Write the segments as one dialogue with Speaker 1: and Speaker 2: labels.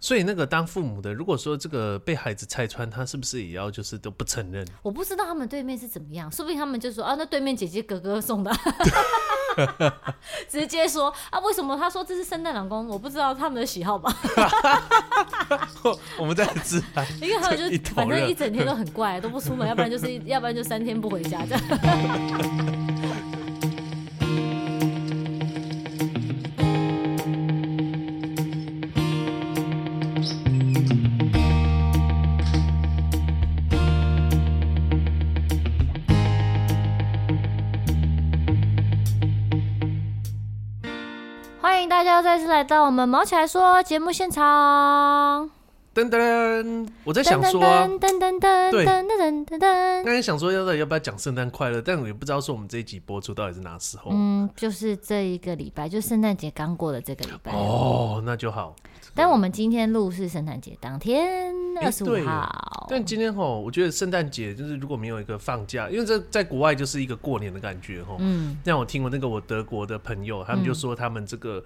Speaker 1: 所以那个当父母的，如果说这个被孩子拆穿，他是不是也要就是都不承 认？
Speaker 2: 我不知道他们对面是怎么样，说不定他们就说啊，那对面姐姐哥哥送的，直接说啊，为什么他说这是圣诞老公？我不知道他们的喜好吧，
Speaker 1: 哦我们在自然
Speaker 2: 因为他们
Speaker 1: 这一
Speaker 2: 就
Speaker 1: 头
Speaker 2: 反正
Speaker 1: 热
Speaker 2: 一整天都很怪，都不出门，要不然就是要不然就三天不回家这样。欢迎大家再次来到我们毛起来说节目现场。
Speaker 1: 噔噔，我在
Speaker 2: 噔
Speaker 1: 想说啊、
Speaker 2: 噔噔噔噔
Speaker 1: 对
Speaker 2: 噔噔噔噔噔，
Speaker 1: 刚才想说要到底要不要讲圣诞快乐，但我也不知道说我们这一集播出到底是哪时候。
Speaker 2: 嗯，就是这一个礼拜，就圣诞节刚过的这个礼拜。
Speaker 1: 哦，那就好。
Speaker 2: 但我们今天录是圣诞节当天
Speaker 1: 诶
Speaker 2: 二十
Speaker 1: 对
Speaker 2: 五
Speaker 1: 耶
Speaker 2: 号。
Speaker 1: 但今天吼，我觉得圣诞节就是如果没有一个放假，因为这在国外就是一个过年的感觉吼。
Speaker 2: 嗯，
Speaker 1: 让我听我那个我德国的朋友，他们就说他们这个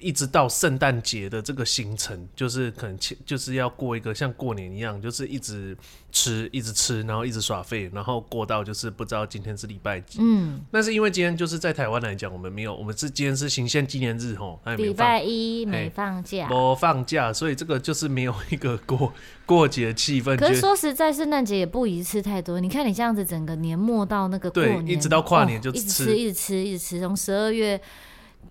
Speaker 1: 一直到圣诞节的这个行程，就是可能前就是要过一个像过年一样，就是一直吃一直吃，然后一直耍废，然后过到就是不知道今天是礼拜几。
Speaker 2: 嗯，
Speaker 1: 那是因为今天就是在台湾来讲，我们没有，我们是今天是行宪纪念日吼，还没
Speaker 2: 礼
Speaker 1: 有
Speaker 2: 拜啊一
Speaker 1: 哎
Speaker 2: 没放假。
Speaker 1: 我放假，所以这个就是没有一个过过节的气氛。
Speaker 2: 可
Speaker 1: 就是
Speaker 2: 说实在，圣诞节也不宜吃太多。你看你这样子，整个年末到那个过
Speaker 1: 对一
Speaker 2: 年，
Speaker 1: 直到跨
Speaker 2: 哦
Speaker 1: 年就
Speaker 2: 一直
Speaker 1: 吃
Speaker 2: 吃，一直吃，一直吃，从十二月。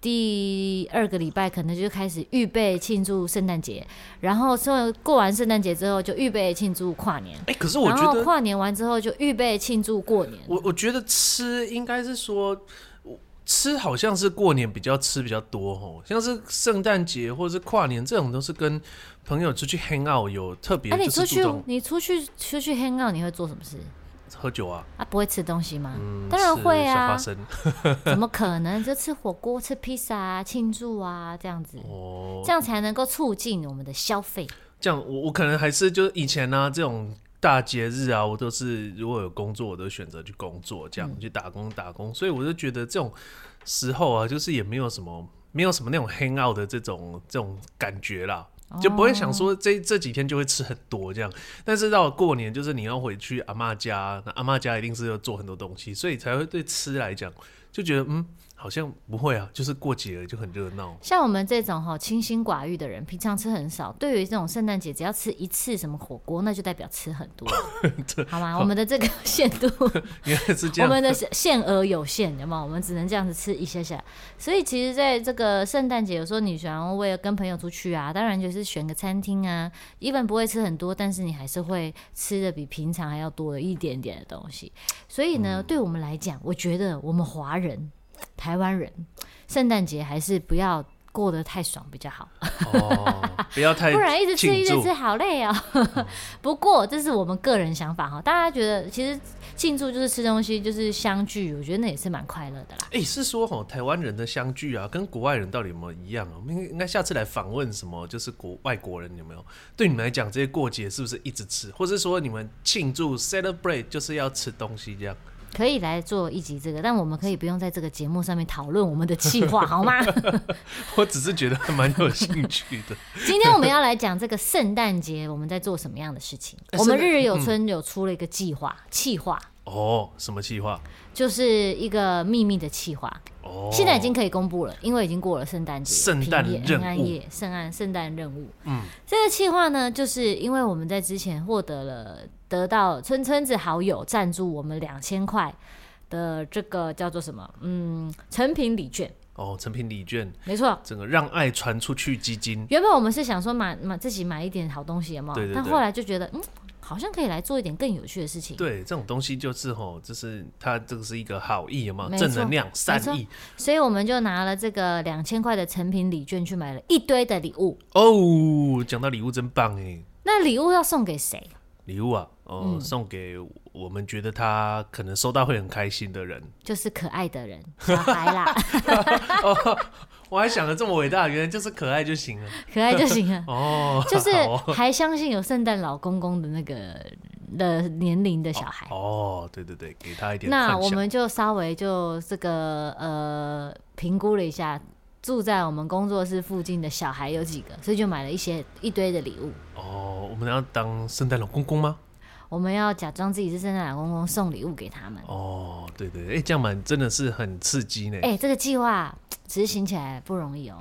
Speaker 2: 第二个礼拜可能就开始预备庆祝圣诞节，然后之过完圣诞节之后就预备庆祝跨年，
Speaker 1: 哎、可是我
Speaker 2: 然
Speaker 1: 觉
Speaker 2: 后
Speaker 1: 得
Speaker 2: 跨年完之后就预备庆祝过年。
Speaker 1: 我我觉得吃应该是说，我吃好像是过年比较吃比较多哦，像是圣诞节或者是跨年这种都是跟朋友出去 hang out 有特别
Speaker 2: 哎、你
Speaker 1: 就
Speaker 2: 出
Speaker 1: 是注
Speaker 2: 去
Speaker 1: 重
Speaker 2: 你出去出去 hang out，你会做什么事？
Speaker 1: 喝酒啊，
Speaker 2: 啊，不会吃东西吗？
Speaker 1: 嗯
Speaker 2: 当然
Speaker 1: 吃
Speaker 2: 会
Speaker 1: 小花
Speaker 2: 啊，
Speaker 1: 生
Speaker 2: 怎么可能？就吃火锅、吃披萨啊、庆祝啊，这样子，
Speaker 1: 哦，
Speaker 2: 这样才能够促进我们的消费。
Speaker 1: 这样我我可能还是就是以前呢、啊这种。大节日啊，我都是如果有工作，我都选择去工作，这样、
Speaker 2: 嗯
Speaker 1: 去打工打工，所以我就觉得这种时候啊，就是也没有什么没有什么那种 hang out 的这种这种感觉啦，就不会想
Speaker 2: 哦
Speaker 1: 说这这几天就会吃很多这样。但是到了过年，就是你要回去阿嬷家，那阿嬷家一定是要做很多东西，所以才会对吃来讲就觉得嗯，好像不会啊，就是过节了就很热闹。
Speaker 2: 像我们这种哈、清心寡欲的人，平常吃很少，对于这种圣诞节只要吃一次什么火锅，那就代表吃很多了， 好吗？我们的这个 限度，
Speaker 1: 原来是这
Speaker 2: 我
Speaker 1: 样，
Speaker 2: 们的限额有限，有没有？我们只能这样子吃一下下。所以其实，在这个圣诞节，有时候你想要为了跟朋友出去啊，当然就是选个餐厅啊，一般不会吃很多，但是你还是会吃的比平常还要多一点点的东西。所以
Speaker 1: 嗯
Speaker 2: 呢，对我们来讲，我觉得我们华人、台湾人，圣诞节还是不要。过得太爽比较好，
Speaker 1: 哦，不要太
Speaker 2: 不然一直吃
Speaker 1: 庆
Speaker 2: 一直
Speaker 1: 祝嗯
Speaker 2: 吃好累哦。 不过这是我们个人想法哈，大家觉得其实庆祝就是吃东西，就是相聚，我觉得那也是蛮快乐的啦。
Speaker 1: 哎、是说吼，台湾人的相聚啊，跟国外人到底有没有一样啊？我们应该应该下次来访问什么，就是国外国人有没有？对你们来讲，这些过节是不是一直吃，或是说你们庆祝 celebrate 就是要吃东西这样？
Speaker 2: 可以来做一集这个，但我们可以不用在这个节目上面讨论我们的计 划，好吗？
Speaker 1: 我只是觉得还蛮有兴趣的。
Speaker 2: 今天我们要来讲这个圣诞节我们在做什么样的 事情。
Speaker 1: 哎
Speaker 2: 我们
Speaker 1: 圣诞
Speaker 2: 日日有春有出了一个计划，企划
Speaker 1: 哦，什么计划？
Speaker 2: 就是一个秘密的企划，
Speaker 1: 哦，
Speaker 2: 现在已经可以公布了，因为已经过了圣诞节、
Speaker 1: 圣诞
Speaker 2: 平夜
Speaker 1: 任务
Speaker 2: 平安夜、圣诞圣诞任务。嗯，这个计划呢，就是因为我们在之前获得了得到村村子好友赞助我们两千块的这个叫做什么？嗯，成品礼券，
Speaker 1: 哦，成品礼券，
Speaker 2: 没错。
Speaker 1: 整个让爱传出去基金。
Speaker 2: 原本我们是想说买买自己买一点好东西，有没有？
Speaker 1: 对对对
Speaker 2: 但后来就觉得，嗯，好像可以来做一点更有趣的事情。
Speaker 1: 对，这种东西就是吼，就是它这个是一个好意，有没有？
Speaker 2: 没错
Speaker 1: 正能量、善
Speaker 2: 没错
Speaker 1: 意。
Speaker 2: 所以我们就拿了这个两千块的成品礼券去买了一堆的礼物。
Speaker 1: 哦，讲到礼物真棒哎。
Speaker 2: 那礼物要送给谁？
Speaker 1: 礼物啊，哦、
Speaker 2: 嗯
Speaker 1: 送给我们觉得他可能收到会很开心的 人。
Speaker 2: 就是可爱的人，小孩啦，
Speaker 1: 哦我还想的这么伟大，原来就是可爱就行了。
Speaker 2: 可爱就行了。
Speaker 1: 哦，
Speaker 2: 就是
Speaker 1: 好哦
Speaker 2: 还相信有圣诞老公公的那个的年龄的小孩。
Speaker 1: 哦，对对对，给他一点
Speaker 2: 那
Speaker 1: 幻
Speaker 2: 我
Speaker 1: 想
Speaker 2: 们就稍微就这个呃评估了一下住在我们工作室附近的小孩有几个，所以就买了一些一堆的礼物。
Speaker 1: 哦，我们要当圣诞老公公吗？
Speaker 2: 我们要假装自己是圣诞老公公，送礼物给他们。
Speaker 1: 哦，对对，对哎、这样蛮真的是很刺激呢。
Speaker 2: 哎、这个计划执行起来不容易哦。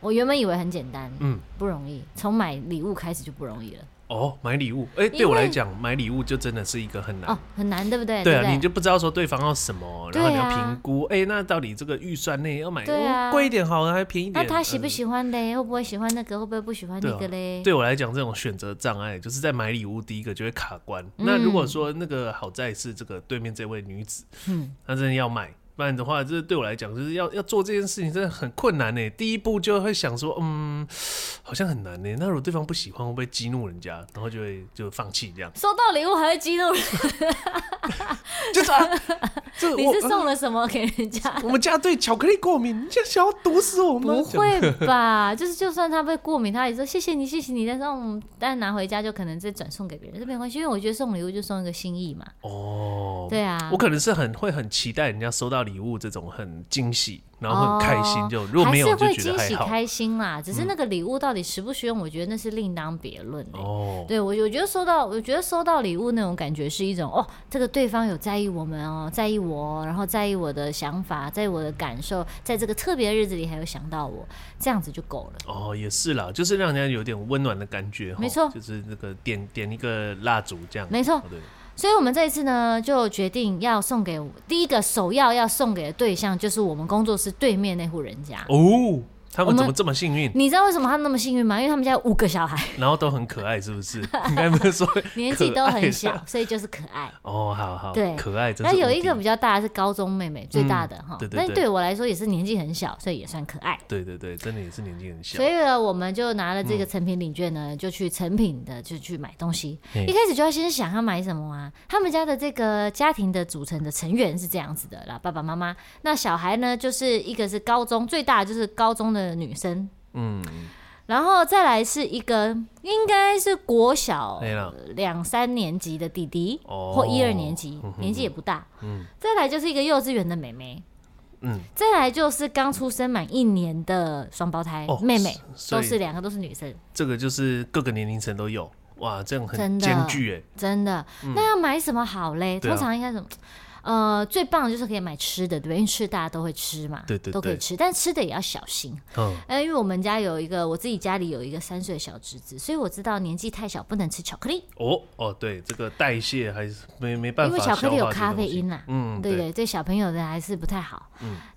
Speaker 2: 我原本以为很简单，
Speaker 1: 嗯，
Speaker 2: 不容易，从买礼物开始就不容易了。
Speaker 1: 哦，买礼物，哎、对我来讲，买礼物就真的是一个很难。
Speaker 2: 哦，很难，对不对？
Speaker 1: 对
Speaker 2: 不
Speaker 1: 啊，
Speaker 2: 对
Speaker 1: 你就不知道说对方要什么，然后你要
Speaker 2: 对啊
Speaker 1: 评估，哎、那到底这个预算内要买
Speaker 2: 对啊
Speaker 1: 哦贵、一点好呢，还便宜一
Speaker 2: 那
Speaker 1: 点？
Speaker 2: 他喜不
Speaker 1: 嗯
Speaker 2: 喜欢嘞？会不会喜欢那个？会不会不喜欢
Speaker 1: 对
Speaker 2: 那
Speaker 1: 啊
Speaker 2: 个嘞？
Speaker 1: 对我来讲，这种选择障碍就是在买礼物第一个就会卡关。那如果说那个好在是这个对面这位女子，
Speaker 2: 嗯，。
Speaker 1: 她真的要买，不然的话，这对我来讲就是要要做这件事情真的很困难呢。第一步就会想说，嗯，好像很难呢。欸那如果对方不喜欢，会不会激怒人家？然后就会就放弃这样
Speaker 2: 收到礼物还会激动人，
Speaker 1: 就是啊，这
Speaker 2: 你
Speaker 1: 我嗯
Speaker 2: 是送了什么给人家？
Speaker 1: 我们家对巧克力过敏，你这样想要毒死我吗？
Speaker 2: 不会吧？ 就是就算他被过敏，他也说谢谢你，谢谢你。但是嗯但拿回家就可能再转送给别人，这没关系，因为我觉得送礼物就送一个心意嘛。
Speaker 1: 哦，
Speaker 2: 对啊
Speaker 1: 我，可能是很会很期待人家收到礼物这种很惊喜，然后很开心，
Speaker 2: 哦
Speaker 1: 就如果没有
Speaker 2: 还是
Speaker 1: 就
Speaker 2: 会
Speaker 1: 觉得
Speaker 2: 惊
Speaker 1: 还
Speaker 2: 喜
Speaker 1: 好。嗯
Speaker 2: 开心啦。只是那个礼物到底实不实用，我觉得那是另当别论的。
Speaker 1: 哦，
Speaker 2: 对我，我觉得收到，我觉得收到礼物那种感觉是一种哦，这个对方有在意我们哦，在意我哦，然后在意我的想法，在意我的感受，在这个特别的日子里还有想到我，这样子就够了。
Speaker 1: 哦，也是啦，就是让人家有点温暖的感觉，吼
Speaker 2: 没错
Speaker 1: 就是那个点点一个蜡烛这样，
Speaker 2: 没错
Speaker 1: 哦对，
Speaker 2: 所以我们这一次呢，就决定要送给第一个首要要送给的对象，就是我们工作室对面那户人家。
Speaker 1: 哦，他
Speaker 2: 我
Speaker 1: 们
Speaker 2: 们
Speaker 1: 怎么这么幸运？
Speaker 2: 你知道为什么他们那么幸运吗？因为他们家有五个小孩，
Speaker 1: 然后都很可爱，是不是？ 应该不是说
Speaker 2: 年纪
Speaker 1: 可
Speaker 2: 都
Speaker 1: 爱
Speaker 2: 很
Speaker 1: 的
Speaker 2: 小，所以就是可爱。
Speaker 1: 哦，好好，
Speaker 2: 对
Speaker 1: 可爱真
Speaker 2: 那
Speaker 1: 是无敌。
Speaker 2: 有一个比较大的是高中妹妹，最大的哈，
Speaker 1: 对对
Speaker 2: 但
Speaker 1: 对
Speaker 2: 对我来说也是年纪很小，所以也算可爱。
Speaker 1: 对对对，真的也是年纪很小
Speaker 2: 所，以呢，我们就拿了
Speaker 1: 嗯
Speaker 2: 这个成品领券呢，就去成品的就去买东西。
Speaker 1: 嘿
Speaker 2: 一开始就要先想要买什么啊？他们家的这个家庭的组成的成员是这样子的啦，爸爸妈妈。那小孩呢，就是一个是高中最大的就是高中的女生，
Speaker 1: 嗯，
Speaker 2: 然后再来是一个应该是国小
Speaker 1: 对了
Speaker 2: 两三年级的弟弟，
Speaker 1: 哦
Speaker 2: 或一二年级，年纪也不大。再来就是一个幼稚园的妹妹。
Speaker 1: 嗯，
Speaker 2: 再来就是刚出生满一年的双胞胎、
Speaker 1: 哦
Speaker 2: 妹妹，
Speaker 1: 所
Speaker 2: 都
Speaker 1: 以
Speaker 2: 是两个都是女生，
Speaker 1: 这个就是各个年龄层都有，哇，这样很
Speaker 2: 真的
Speaker 1: 艰巨哎，
Speaker 2: 真的。那要买什么好嘞？
Speaker 1: 对啊
Speaker 2: 通常应该什么？呃，最棒的就是可以买吃的，对不对？因为吃大家都会吃嘛，
Speaker 1: 对对
Speaker 2: 都可以
Speaker 1: 对
Speaker 2: 吃，但吃的也要小心。
Speaker 1: 嗯，
Speaker 2: 呃，因为我们家有一个，我自己家里有一个三岁的小侄子，所以我知道年纪太小不能吃巧克力，
Speaker 1: 哦哦，对，这个代谢还是没没办
Speaker 2: 因
Speaker 1: 法，
Speaker 2: 为
Speaker 1: 消
Speaker 2: 巧
Speaker 1: 化
Speaker 2: 克力有
Speaker 1: 这
Speaker 2: 咖
Speaker 1: 东
Speaker 2: 啡
Speaker 1: 西
Speaker 2: 因啊啦
Speaker 1: 嗯，
Speaker 2: 对
Speaker 1: 对，嗯
Speaker 2: 对，对小朋友的还是不太好。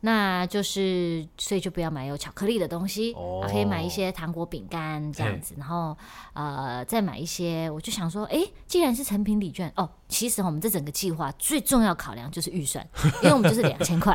Speaker 2: 那就是所以就不要买有巧克力的东西，
Speaker 1: 哦
Speaker 2: 啊可以买一些糖果、饼干这样子，然后呃再买一些。我就想说，诶，既然是成品礼券哦，其实我们这整个计划最重要考量就是 预算，因为我们就是两千块，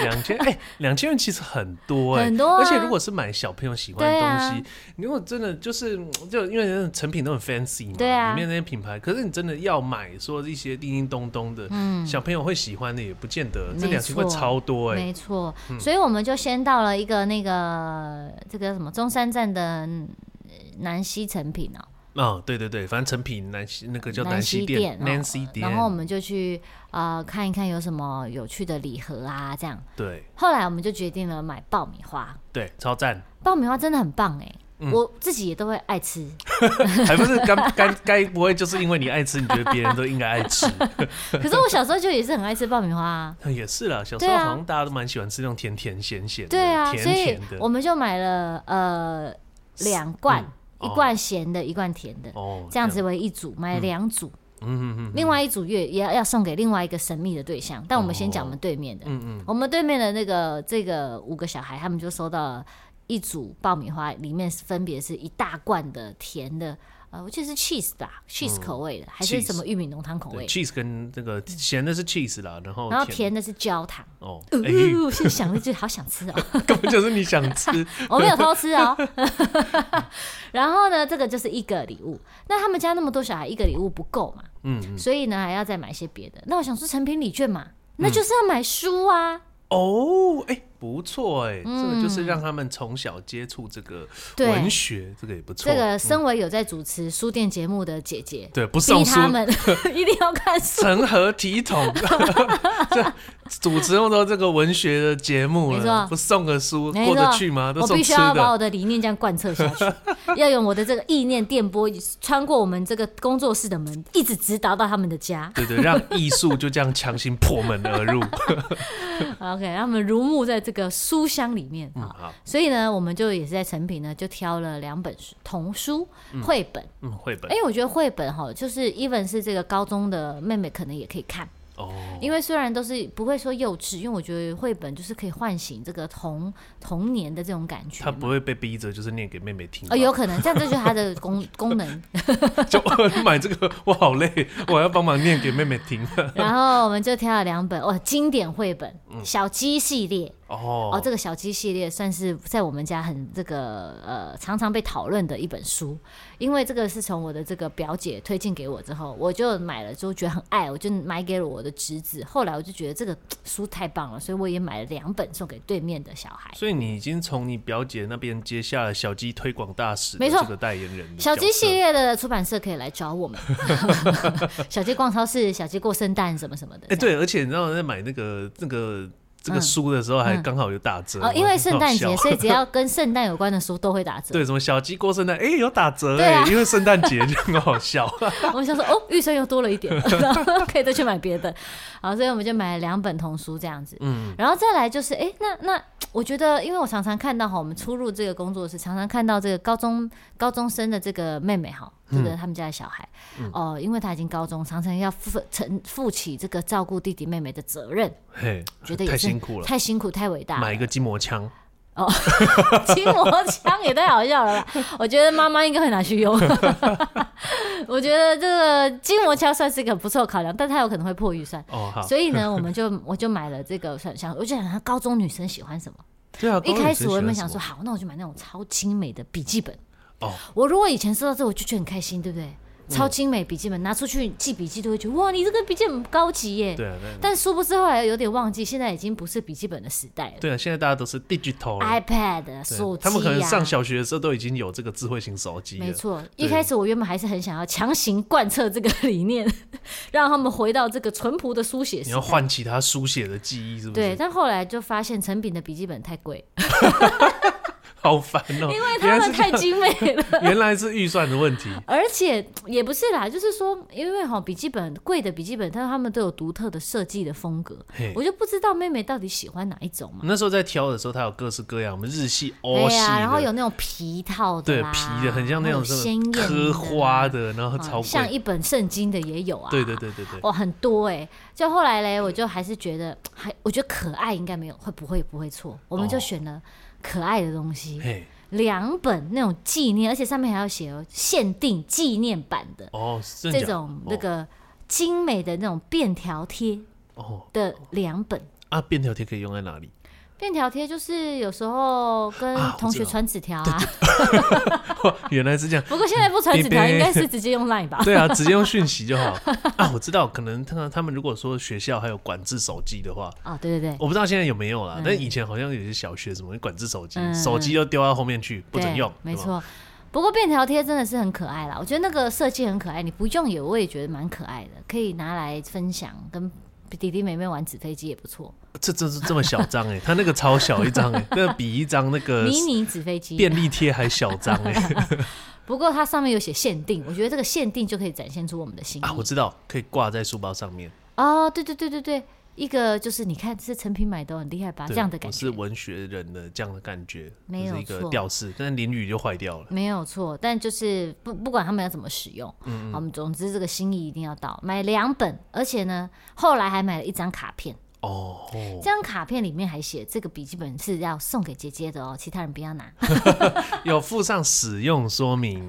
Speaker 1: 两千 哎，两千元其实很多哎、
Speaker 2: 很多啊
Speaker 1: 而且如果是买小朋友喜欢的
Speaker 2: 对
Speaker 1: 东
Speaker 2: 啊
Speaker 1: 西，你如果真的就是就因为那种成品都很 fancy 嘛，
Speaker 2: 对啊
Speaker 1: 里面那些品牌，可是你真的要买说一些叮叮咚咚的，小朋友会喜欢的也不见得，这
Speaker 2: 嗯没
Speaker 1: 两千块
Speaker 2: 错
Speaker 1: 超多哎、
Speaker 2: 没错。所以我们就先到了一个那个这个什么中山站的嗯南西成品哦，
Speaker 1: 哦，对对对，反正成品南西那个叫
Speaker 2: 南
Speaker 1: 南
Speaker 2: 西
Speaker 1: 西
Speaker 2: 店
Speaker 1: 店
Speaker 2: 哦
Speaker 1: ，Nancy 店，
Speaker 2: 然后我们就去呃看一看有什么有趣的礼盒啊，这样。
Speaker 1: 对
Speaker 2: 后来我们就决定了买爆米花，
Speaker 1: 对超赞，
Speaker 2: 爆米花真的很棒哎、
Speaker 1: 嗯
Speaker 2: 我自己也都会 爱吃，
Speaker 1: 还不是该 该该不会就是因为你爱吃，你觉得别人都应该爱吃？
Speaker 2: 可是我小时候就也是很爱吃爆米花、啊。
Speaker 1: 也是啦，小时
Speaker 2: 对
Speaker 1: 候
Speaker 2: 啊
Speaker 1: 好像大家都蛮喜欢吃那种甜甜咸咸的，
Speaker 2: 对啊，
Speaker 1: 甜
Speaker 2: 所以
Speaker 1: 甜的。
Speaker 2: 我们就买了呃两罐，
Speaker 1: 嗯
Speaker 2: 一罐咸的，一罐甜的，
Speaker 1: 哦，
Speaker 2: 这样子，为一组，买两组。
Speaker 1: 嗯嗯嗯，
Speaker 2: 另外一组月也要要送给另外一个神秘的对象，但我们先
Speaker 1: 哦
Speaker 2: 讲我们对面的，
Speaker 1: 嗯
Speaker 2: 我们对面的那个这个五个小孩，他们就收到了一组爆米花，里面是分别是一大罐的甜的，呃，我记得是 cheese 吧，cheese 口味的，还是
Speaker 1: 哦 cheese
Speaker 2: 什么玉米浓汤口
Speaker 1: 对
Speaker 2: 味，
Speaker 1: ，cheese 跟那个咸的是 cheese 啦，然后
Speaker 2: 嗯然后甜嗯的是焦糖。
Speaker 1: 哦，
Speaker 2: 呜、
Speaker 1: 哎，
Speaker 2: 我现在想了就好想吃哦，
Speaker 1: 根本就是你想 吃
Speaker 2: 我没有偷吃哦。 然后呢，这个就是一个礼物。那他们家那么多小孩，一个礼物不够嘛，
Speaker 1: 嗯
Speaker 2: 所以呢
Speaker 1: 嗯
Speaker 2: 还要再买一些别的。那我想说成品礼券嘛，那就是要买书啊。
Speaker 1: 哦，哎，不错哎、这个就是让他们从小接触这个
Speaker 2: 嗯对
Speaker 1: 文学，这个也不错。嗯
Speaker 2: 这个身为有在主持书店节目的姐姐，
Speaker 1: 对，不
Speaker 2: 逼
Speaker 1: 送书
Speaker 2: 他们 一定要看书。
Speaker 1: 成何体 统？ 这主持那么多这个文学的节目
Speaker 2: 没
Speaker 1: 了
Speaker 2: 错，
Speaker 1: 不送个书
Speaker 2: 没
Speaker 1: 过得
Speaker 2: 错
Speaker 1: 去吗？都
Speaker 2: 我
Speaker 1: 送
Speaker 2: 必须
Speaker 1: 吃
Speaker 2: 要把
Speaker 1: 的。
Speaker 2: 我的理念这样贯彻下 去，要用我的这个意念电波穿过我们这个工作室的门，一直直达到他们的家。
Speaker 1: 对对，让艺术就这样强行破门而入。
Speaker 2: OK，让他们如沐在这个书香里面啊。
Speaker 1: 好，
Speaker 2: 所以呢，我们就也是在成品呢，就挑了两本书童书绘本。
Speaker 1: 嗯，绘本
Speaker 2: 哎、我觉得绘本哈，就是 even 是这个高中的妹妹可能也可以看，
Speaker 1: 哦，
Speaker 2: 因为虽然都是不会说幼稚，因为我觉得绘本就是可以唤醒这个童童年的这种感觉
Speaker 1: 他
Speaker 2: 嘛。
Speaker 1: 不会被逼着就是念给妹妹听吧。
Speaker 2: 哦，有可能这样，这就是它的功 功能。
Speaker 1: 就 买这个，我好累，我要帮忙念给妹妹听。
Speaker 2: 然后我们就挑了两本哦，经典绘本
Speaker 1: 嗯
Speaker 2: 《小鸡》系列
Speaker 1: 哦，
Speaker 2: 哦，这个《小鸡》系列算是在我们家很这个呃常常被讨论的一本书，因为这个是从我的这个表姐推荐给我之后，我就买了之后觉得很爱，我就买给了我的侄子。后来我就觉得这个书太棒了，所以我也买了两本送给对面的小孩。
Speaker 1: 所以你已经从你表姐那边接下了小鸡推广大使的
Speaker 2: 没错
Speaker 1: 这个代言人的
Speaker 2: 小鸡
Speaker 1: 嗯角色
Speaker 2: 系列的出版社可以来找 我们， 小鸡逛超市，小鸡过圣诞什么什么的。
Speaker 1: 哎、对，而且你知道我在买那个那个这个
Speaker 2: 嗯
Speaker 1: 书的时候，还
Speaker 2: 嗯
Speaker 1: 刚好有打折、
Speaker 2: 哦，因为
Speaker 1: 很
Speaker 2: 圣
Speaker 1: 好
Speaker 2: 诞
Speaker 1: 笑
Speaker 2: 节，所以只要跟圣诞有关的书都会打折。
Speaker 1: 对什么小鸡过圣诞，哎、有打折
Speaker 2: 对
Speaker 1: 哎、
Speaker 2: 啊
Speaker 1: 因为圣诞节就 很好笑。
Speaker 2: 我们想说，哦，预算又多了一点，然后可以再去买别的。好，所以我们就买了两本童书这样子。嗯，然后再来就是，哎、那那我觉得，因为我常常看到哈，我们出入这个工作室，常常看到这个高中高中生的这个妹妹哈，这个他们家的小孩，哦、因为她已经高中，常常要负承负起这个照顾弟弟妹妹的责任，
Speaker 1: 嘿，
Speaker 2: 觉得也
Speaker 1: 太
Speaker 2: 是
Speaker 1: 辛苦了，
Speaker 2: 太辛苦，太伟大了
Speaker 1: 买一个筋膜枪，
Speaker 2: 筋膜枪也太好笑了吧！ 我觉得妈妈应该会拿去用。 我觉得这个筋膜枪算是一个不错的考量，但它有可能会破预算。
Speaker 1: 哦好，
Speaker 2: 所以呢，我们就我就买了这个想想，我就想，高中女生喜欢什么？
Speaker 1: 对啊，
Speaker 2: 一开始我
Speaker 1: 有
Speaker 2: 原
Speaker 1: 没有
Speaker 2: 本想说，好，那我就买那种超精美的笔记本。
Speaker 1: 哦，嗯
Speaker 2: 我如果以前收到这，我就觉得很开心，对不对？超精美笔记本拿出去记笔记，都会觉得哇，你这个笔记很高级耶。
Speaker 1: 对啊，对啊
Speaker 2: 但殊不知后来有点忘记，现在已经不是笔记本的时代了
Speaker 1: 对啊，现在大家都是 digital 了。
Speaker 2: ，iPad、
Speaker 1: 对
Speaker 2: 手机、啊、
Speaker 1: 他们可能上小学的时候都已经有这个智慧型手机了，
Speaker 2: 没错，
Speaker 1: 对
Speaker 2: 一开始我原本还是很想要强行贯彻这个理念， 让他们回到这个淳朴的书写
Speaker 1: 你
Speaker 2: 时
Speaker 1: 要
Speaker 2: 代。
Speaker 1: 唤起他书写的记忆，是不是？
Speaker 2: 对，，但后来就发现成品的笔记本太贵，
Speaker 1: 好烦哦、
Speaker 2: 因为
Speaker 1: 原
Speaker 2: 他
Speaker 1: 来
Speaker 2: 们
Speaker 1: 是
Speaker 2: 太精美了。
Speaker 1: 原来是预算的问题，
Speaker 2: 而且也不是啦，就是说，因为哈笔记本贵的笔记本，但是他们都有独特的设计的风格
Speaker 1: 嘿，
Speaker 2: 我就不知道妹妹到底喜欢哪一种嘛。
Speaker 1: 那时候在挑的时候，它有各式各样，我们日系、欧
Speaker 2: 对
Speaker 1: 系哦的，
Speaker 2: 呀、然后有那种皮套的
Speaker 1: 对
Speaker 2: 啦，
Speaker 1: 皮的，很像那种
Speaker 2: 然后有
Speaker 1: 什
Speaker 2: 鲜艳
Speaker 1: 么
Speaker 2: 的
Speaker 1: 刻花
Speaker 2: 啦
Speaker 1: 的，然后
Speaker 2: 啊
Speaker 1: 超
Speaker 2: 像
Speaker 1: 贵。
Speaker 2: 一本圣经的也有啊。
Speaker 1: 对对对对嗯对，
Speaker 2: 哇，很多哎、就后来嘞，我就还是觉得，还我觉得可爱应该没有，会不会不会错？我们就
Speaker 1: 哦
Speaker 2: 选了可爱的东西，
Speaker 1: 嘿，
Speaker 2: 两、本那种纪念，而且上面还要写哦，限定纪念版的
Speaker 1: 哦，是真的哦
Speaker 2: 这
Speaker 1: 假的
Speaker 2: 种那个精美的那种便条贴
Speaker 1: 哦哦
Speaker 2: 的两本。
Speaker 1: 啊，便条贴可以用在哪里？
Speaker 2: 便条贴就是有时候跟
Speaker 1: 啊我
Speaker 2: 同
Speaker 1: 知
Speaker 2: 学
Speaker 1: 道
Speaker 2: 传纸条啊，
Speaker 1: 原来是这样，
Speaker 2: 不过现在不传纸条，
Speaker 1: 贝贝
Speaker 2: 应该是直接用 LINE 吧？
Speaker 1: 对啊，直接用讯息就好 啊。我知道，可能他他们如果说学校还有管制手机的话，
Speaker 2: 啊、对对对，
Speaker 1: 我不知道现在有没有啦，
Speaker 2: 嗯
Speaker 1: 但以前好像有些小学什么管制手机，
Speaker 2: 嗯
Speaker 1: 手机就丢到后面去，不准
Speaker 2: 对
Speaker 1: 用，
Speaker 2: 没
Speaker 1: 对吧。
Speaker 2: 错。不过便条贴真的是很可爱啦，我觉得那个设计很可爱，你不用也我也觉得蛮可爱的，可以拿来分享，跟弟弟妹妹玩纸飞机也不错，
Speaker 1: 这这是这么小张哎，他那个超小一 张哎，那个比一张那个
Speaker 2: 迷你纸飞机。
Speaker 1: 呃便利贴还小张 哎。
Speaker 2: 不过它上面有写限定，我觉得这个限定就可以展现出我们的心意。
Speaker 1: 啊，我知道，可以挂在书包上面。
Speaker 2: 哦，对对对对对，一个就是你看是成品买的很厉害吧，
Speaker 1: 对
Speaker 2: 啊这样的感
Speaker 1: 我
Speaker 2: 觉
Speaker 1: 是文学人的这样的感觉，
Speaker 2: 没
Speaker 1: 就是
Speaker 2: 有
Speaker 1: 一个
Speaker 2: 错
Speaker 1: 吊饰，但淋雨就坏掉了。
Speaker 2: 没有错。但就是不不管他们要怎么使用，嗯我们总之这个心意一定要到。买两本，而且呢，后来还买了一张卡片。
Speaker 1: 哦，
Speaker 2: 这张卡片里面还写这个笔记本是要送给姐姐的哦，其他人不 要拿。
Speaker 1: 有附上使用说明，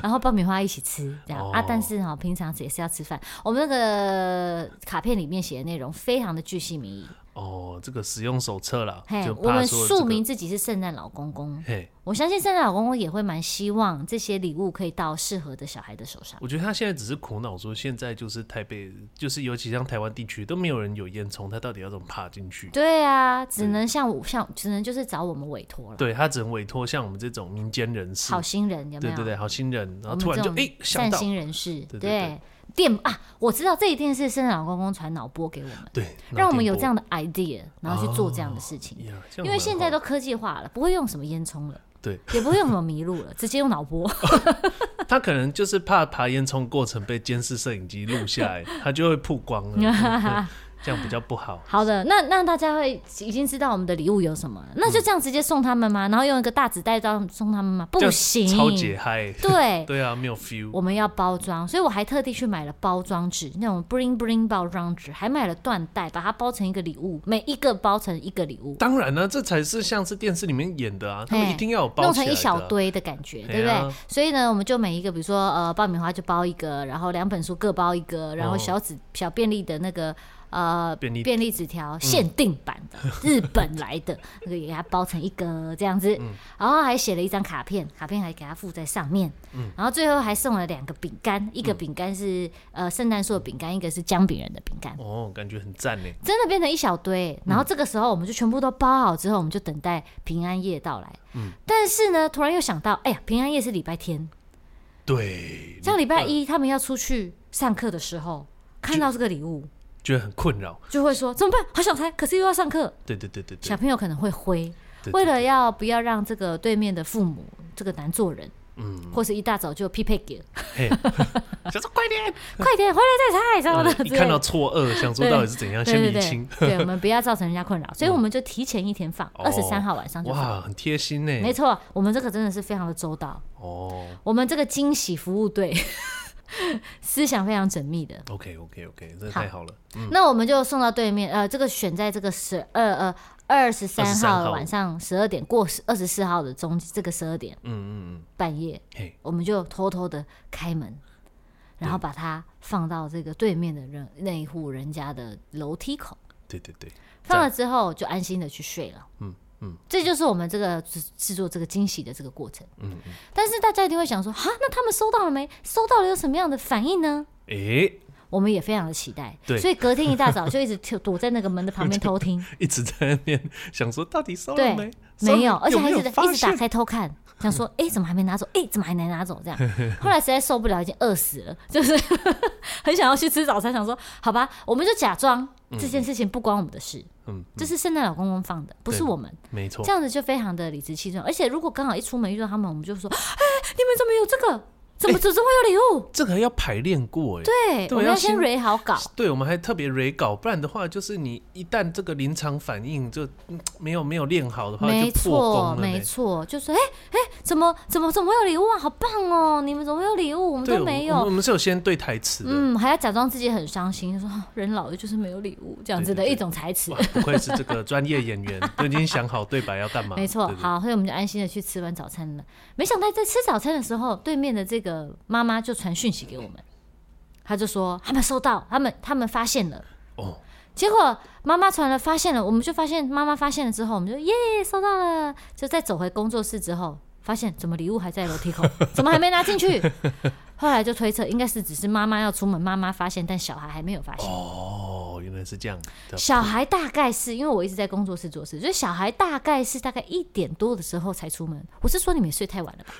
Speaker 2: 然后爆米花一起吃，这样、啊
Speaker 1: 哦。
Speaker 2: 但是哈、平常也是要吃饭。我们那个卡片里面写的内容非常的巨细靡遗，
Speaker 1: 哦，这个使用手册啦，
Speaker 2: 嘿，
Speaker 1: 就
Speaker 2: 我
Speaker 1: 怕
Speaker 2: 们
Speaker 1: 说这
Speaker 2: 庶
Speaker 1: 个
Speaker 2: 民自己是圣诞老公公，
Speaker 1: 嘿，
Speaker 2: 我相信圣诞老公公也会蛮希望这些礼物可以到适合的小孩的手上。
Speaker 1: 我觉得他现在只是苦恼说，现在就是台北，就是尤其像台湾地区都没有人有烟囱，他到底要怎么爬进去？
Speaker 2: 对啊，只能像我像只能就是找我们委托了，
Speaker 1: 对他只能委托像我们这种民间人士
Speaker 2: 好，心人有没
Speaker 1: 对
Speaker 2: 有？
Speaker 1: 对对，好心人，然
Speaker 2: 我
Speaker 1: 后
Speaker 2: 们
Speaker 1: 突然
Speaker 2: 这
Speaker 1: 就
Speaker 2: 种
Speaker 1: 哎想
Speaker 2: 善
Speaker 1: 到，
Speaker 2: 心人士，
Speaker 1: 对对对
Speaker 2: 电啊，我知道这一定是圣诞老公公传脑波给我们，
Speaker 1: 对，
Speaker 2: 让我们有
Speaker 1: 脑
Speaker 2: 这
Speaker 1: 电哦
Speaker 2: 样的 idea，然后去做这样的事情。
Speaker 1: 波呀，这样
Speaker 2: 因为
Speaker 1: 蛮
Speaker 2: 现
Speaker 1: 好
Speaker 2: 在都科技化了，不会用什么烟囱了，
Speaker 1: 对，
Speaker 2: 也不会用什么麋鹿了，直接用脑波。
Speaker 1: 他可能就是怕爬烟囱过程被监视摄影机录下来，他就会曝光了，对这样比较不好。
Speaker 2: 好的，那那大家会已经知道我们的礼物有什么了，那就这样直接送他们吗？然后用一个大纸袋装送他们吗？
Speaker 1: 嗯这
Speaker 2: 不
Speaker 1: 样
Speaker 2: 行，
Speaker 1: 超解嗨，
Speaker 2: 对。
Speaker 1: 对啊，没有 feel，
Speaker 2: 我们要包装，所以我还特地去买了包装纸，那种 bling bling 包装纸，还买了缎带，把它包成一个礼物，每一个包成一个礼物，
Speaker 1: 当然呢、这才是像是电视里面演的啊，他们
Speaker 2: 嘿
Speaker 1: 一定要有包
Speaker 2: 弄
Speaker 1: 起来
Speaker 2: 成
Speaker 1: 的啊、
Speaker 2: 一小堆的感觉，对不
Speaker 1: 哎呀
Speaker 2: 对？所以呢，我们就每一个，比如说呃，爆米花就包一个，然后两本书各包一个，然后
Speaker 1: 哦
Speaker 2: 小纸、小便利的那个呃
Speaker 1: 便利嗯
Speaker 2: 便利纸条限定版的、日本来的，那个也给它包成一个这样子，
Speaker 1: 嗯
Speaker 2: 然后还写了一张卡片，卡片还给它附在上面，
Speaker 1: 嗯
Speaker 2: 然后最后还送了两个饼干，一个饼干是、呃圣诞树的饼干，一个是姜饼人的饼干。
Speaker 1: 哦，感觉很赞呢。
Speaker 2: 真的变成一小堆，
Speaker 1: 嗯
Speaker 2: 然后这个时候我们就全部都包好之后，我们就等待平安夜到来。
Speaker 1: 嗯
Speaker 2: 但是呢，突然又想到，哎呀，平安夜是礼拜天，
Speaker 1: 对，
Speaker 2: 像礼拜一他们要出去上课的时候，看到这个礼物
Speaker 1: 觉得很困扰。
Speaker 2: 就会说怎么办？好想拆，可是又要上课，
Speaker 1: 对对对对对
Speaker 2: 小，朋友可能会挥，
Speaker 1: 对
Speaker 2: 为了要不要让这个对面的父母这个难做人，嗯，或是一大早就匹配给，
Speaker 1: 嘿，想说快 点，
Speaker 2: 快点回来再拆什么的
Speaker 1: 呃一
Speaker 2: 之类的，
Speaker 1: 看到错愕，想说
Speaker 2: 对
Speaker 1: 到底是怎样，
Speaker 2: 对
Speaker 1: 先
Speaker 2: 对
Speaker 1: 理
Speaker 2: 对
Speaker 1: 清。，
Speaker 2: 对我们不要造成人家困扰，所以我们就提前一天放，
Speaker 1: 哦
Speaker 2: 二十三号晚上就放。
Speaker 1: 哇，很贴心呢。
Speaker 2: 没错，我们这个真的是非常的周到。
Speaker 1: 哦
Speaker 2: 我们这个惊喜服务队 思想非常缜密的，
Speaker 1: ，OK OK OK，这
Speaker 2: 好
Speaker 1: 太好了。
Speaker 2: 那我们就送到对面，呃，这个选在这个十二呃二十三
Speaker 1: 23
Speaker 2: 号
Speaker 1: 号
Speaker 2: 晚上十二点过二十四号的中这个十二点
Speaker 1: 嗯嗯嗯，
Speaker 2: 半夜，
Speaker 1: 嘿，
Speaker 2: 我们就偷偷的开门，然后把它放到这个对面的人那一户人家的楼梯口，
Speaker 1: 对对对，
Speaker 2: 放了之后就安心的去睡了。
Speaker 1: 嗯嗯，
Speaker 2: 这就是我们这个制制作这个惊喜的这个过程。嗯但是大家一定会想说，哈，那他们收到了没？收到了有什么样的反应呢？
Speaker 1: 诶，
Speaker 2: 我们也非常的期待，
Speaker 1: 对
Speaker 2: 所以隔天一大早就一直就躲在那个门的旁边 偷听，
Speaker 1: 一直在那边想说到底收
Speaker 2: 对
Speaker 1: 了没？
Speaker 2: 没
Speaker 1: 有，
Speaker 2: 有，而且还
Speaker 1: 没
Speaker 2: 一
Speaker 1: 有
Speaker 2: 直在
Speaker 1: 发
Speaker 2: 一直打
Speaker 1: 现
Speaker 2: 开偷看，想说，哎，怎么还没拿走？哎，怎么还没拿走？这样，后来实在受不了，已经饿死了，就是 很想要去吃早餐，想说，好吧，我们就假装这件事情不关我们的事，
Speaker 1: 嗯，
Speaker 2: 这是圣诞老公公放的，不是
Speaker 1: 对
Speaker 2: 我们。
Speaker 1: 没错
Speaker 2: 这。样子就非常的理直气壮。而且如果刚好一出门遇到他们，我们就说：“哎、你们怎么有这个？怎么
Speaker 1: 哎
Speaker 2: 怎么会有礼物？”
Speaker 1: 这个要排练过哎，
Speaker 2: 对，
Speaker 1: 对
Speaker 2: 我们要
Speaker 1: 要
Speaker 2: 先
Speaker 1: 先
Speaker 2: r 好稿。
Speaker 1: 对，我们还特别 re 稿，不然的话，就是你一旦这个临场反应就嗯没有没有练好的话，就
Speaker 2: 没
Speaker 1: 破
Speaker 2: 错，
Speaker 1: 功了
Speaker 2: 没
Speaker 1: 呢。
Speaker 2: 错，就说哎哎、怎么怎么怎么会有礼物啊？好棒哦！你们怎么会有礼物？我们
Speaker 1: 对，
Speaker 2: 都
Speaker 1: 我
Speaker 2: 没
Speaker 1: 我们我
Speaker 2: 有。
Speaker 1: 们是有先对台词的，
Speaker 2: 嗯，还要假装自己很伤心，就说哦人老了就是没有礼物这样子的
Speaker 1: 对对对
Speaker 2: 一种台词
Speaker 1: 哇。，不愧是这个专业演 员，都已经想好对白要干嘛。
Speaker 2: 没错，
Speaker 1: 对对
Speaker 2: 好，所以我们就安心的去吃完早餐了。没想到在吃早餐的时候，对面的这个妈妈就传讯息给我们，她就说他们收到，他们他们发现了。
Speaker 1: 哦，
Speaker 2: 结果妈妈传了，发现了，我们就发现妈妈发现了之后，我们就耶收到了。就再走回工作室之后，发现怎么礼物还在楼梯 口，怎么还没拿进去？后来就推测应该是只是妈妈要出门，妈妈发现，但小孩还没有发现。
Speaker 1: 哦，原来是这样的。
Speaker 2: 小孩大概是因为我一直在工作室做事，所以小孩大概是大概一点多的时候才出门。我是说你们也睡太晚了吧？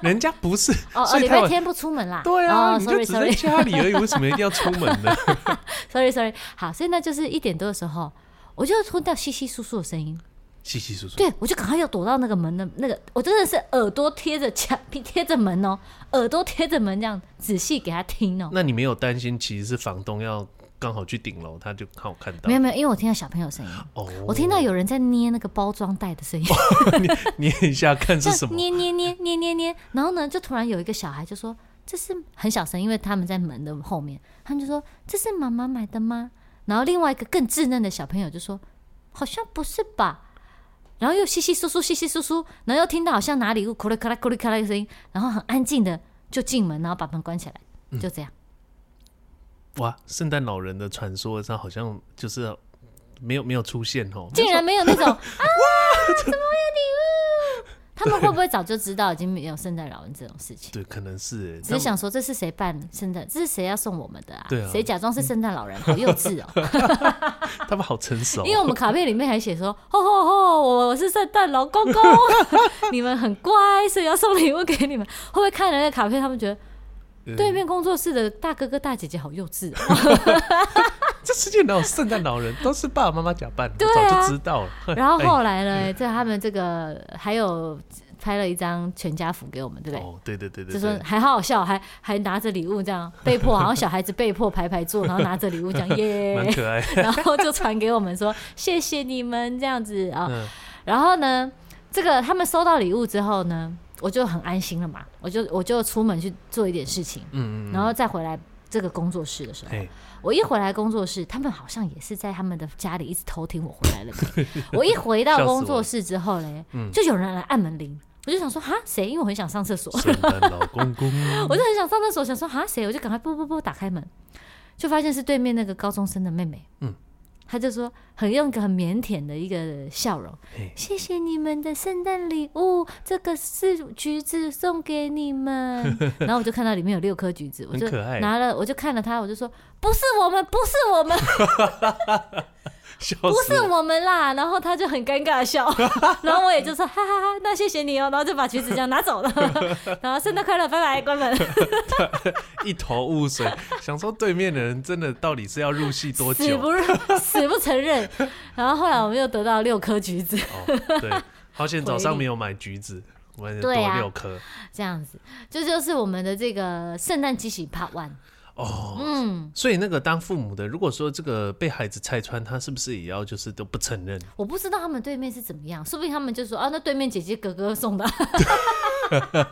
Speaker 1: 人家不是，
Speaker 2: 哦哦，
Speaker 1: 所以
Speaker 2: 礼
Speaker 1: 他
Speaker 2: 拜
Speaker 1: 有
Speaker 2: 天不出门啦。
Speaker 1: 对啊，
Speaker 2: 哦
Speaker 1: 你就
Speaker 2: ，sorry
Speaker 1: 只在
Speaker 2: sorry
Speaker 1: 家里而已，为什么一定要出门呢？
Speaker 2: sorry sorry。好，所以那就是一点多的时候，我就听到稀稀疏疏的声音。
Speaker 1: 稀稀疏疏，
Speaker 2: 对，我就赶快要躲到那个门的那个，我真的是耳朵贴着墙， 贴着门哦，耳朵贴着门这样仔细给他听哦。
Speaker 1: 那你没有担心，其实是房东要刚好去顶楼，他就刚好看到
Speaker 2: 没有没有，因为我听到小朋友声音，
Speaker 1: 嗯哦，
Speaker 2: 我听到有人在捏那个包装袋的声音，
Speaker 1: 捏一下看
Speaker 2: 这
Speaker 1: 是什
Speaker 2: 样
Speaker 1: 么
Speaker 2: 捏捏捏捏捏捏，然后呢，就突然有一个小孩就说：“这是很小声，因为他们在门的后面，他们就说这是妈妈买的吗？”然后另外一个更稚嫩的小朋友就说：“好像不是吧？”然后又稀稀疏疏，稀稀疏疏，然后又听到好像哪里又咕噜咔啦咕噜咔啦的声音，然后很安静的就进门，然后把门关起
Speaker 1: 嗯
Speaker 2: 来，就这样。
Speaker 1: 哇！圣诞老人的传说，他好像就是没有没有出现哦。
Speaker 2: 竟然没有 那种啊，怎么会有礼物？他们会不会早就知道已经没有圣诞老人这种事情？
Speaker 1: 对，可能是
Speaker 2: 只是想说这是谁办圣诞，这是谁要送我们的啊？
Speaker 1: 对啊嗯
Speaker 2: 谁假装是圣诞老人，好幼稚哦！
Speaker 1: 他们他们好成熟哦，
Speaker 2: 因为我们卡片里面还写说，吼吼吼，我是圣诞老 公公， 你们很乖，所以要送礼物给你们。会不会看了那个卡片，他们觉得
Speaker 1: 嗯
Speaker 2: 对面工作室的大哥哥大姐姐好幼 稚、哦？
Speaker 1: 这世界哪有圣诞老人，都是爸爸妈妈假扮的，
Speaker 2: 对
Speaker 1: 我
Speaker 2: 啊
Speaker 1: 早就知道了。
Speaker 2: 然后
Speaker 1: 哎
Speaker 2: 后来呢，这他们这个还有拍了一张全家福给我们，对不对？
Speaker 1: 哦，对对对对，
Speaker 2: 就说
Speaker 1: 对
Speaker 2: 还好好笑，还还拿着礼物这样被迫，好像小孩子被迫排排坐，然后拿着礼物这 样
Speaker 1: 蛮
Speaker 2: 耶，
Speaker 1: 可 爱。
Speaker 2: 然后就传给我们说谢谢你们这样子啊、
Speaker 1: 嗯，
Speaker 2: 然后呢，这个他们收到礼物之后呢，我就很安心了嘛，我就我就出门去做一点事情，
Speaker 1: 嗯嗯，
Speaker 2: 然后再回来这个工作室的时候，
Speaker 1: 哎，
Speaker 2: 我一回来工作室，他们好像也是在他们的家里一直偷听我回来了 没。我一回到工作室之后嘞，
Speaker 1: 嗯
Speaker 2: 就有人来按门铃，我就想说哈谁？因为我很想上厕所，
Speaker 1: 圣诞老公 公，
Speaker 2: 我就很想上厕所，想说哈谁？我就赶快不不不打开门，就发现是对面那个高中生的妹妹。
Speaker 1: 嗯。
Speaker 2: 她就说，很用一个很腼腆的一个笑容
Speaker 1: 嘿，
Speaker 2: 谢谢你们的圣诞礼物，这个是橘子送给 你们。然后我就看到里面有六颗橘子，我
Speaker 1: 很
Speaker 2: 就
Speaker 1: 可爱
Speaker 2: 拿了，我就看了它，我就说不是我们，不是 我们，
Speaker 1: 笑
Speaker 2: 不
Speaker 1: 死
Speaker 2: 是
Speaker 1: 我，
Speaker 2: 我们啦，然后他就很尴尬 地笑，然后我也就说哈哈哈，那谢谢你哦，然后就把橘子这样拿 走了，然后圣诞快乐，拜拜，关门。
Speaker 1: 一头雾水，想说对面的人真的到底是要入戏多
Speaker 2: 死
Speaker 1: 久？
Speaker 2: 不认， 死不 承认。然后后来我们又得到六颗橘子，
Speaker 1: 哦，对，好险早上没有买橘子，我们多
Speaker 2: 对啊
Speaker 1: 六颗。
Speaker 2: 这样子，这就是我们的这个圣诞惊喜 Part One。
Speaker 1: 哦，
Speaker 2: 嗯，
Speaker 1: 所以那个当父母的，如果说这个被孩子拆穿，他是不是也要就是都不承认？
Speaker 2: 我不知道他们对面是怎么样，说不定他们就说啊，那对面姐姐哥哥送的，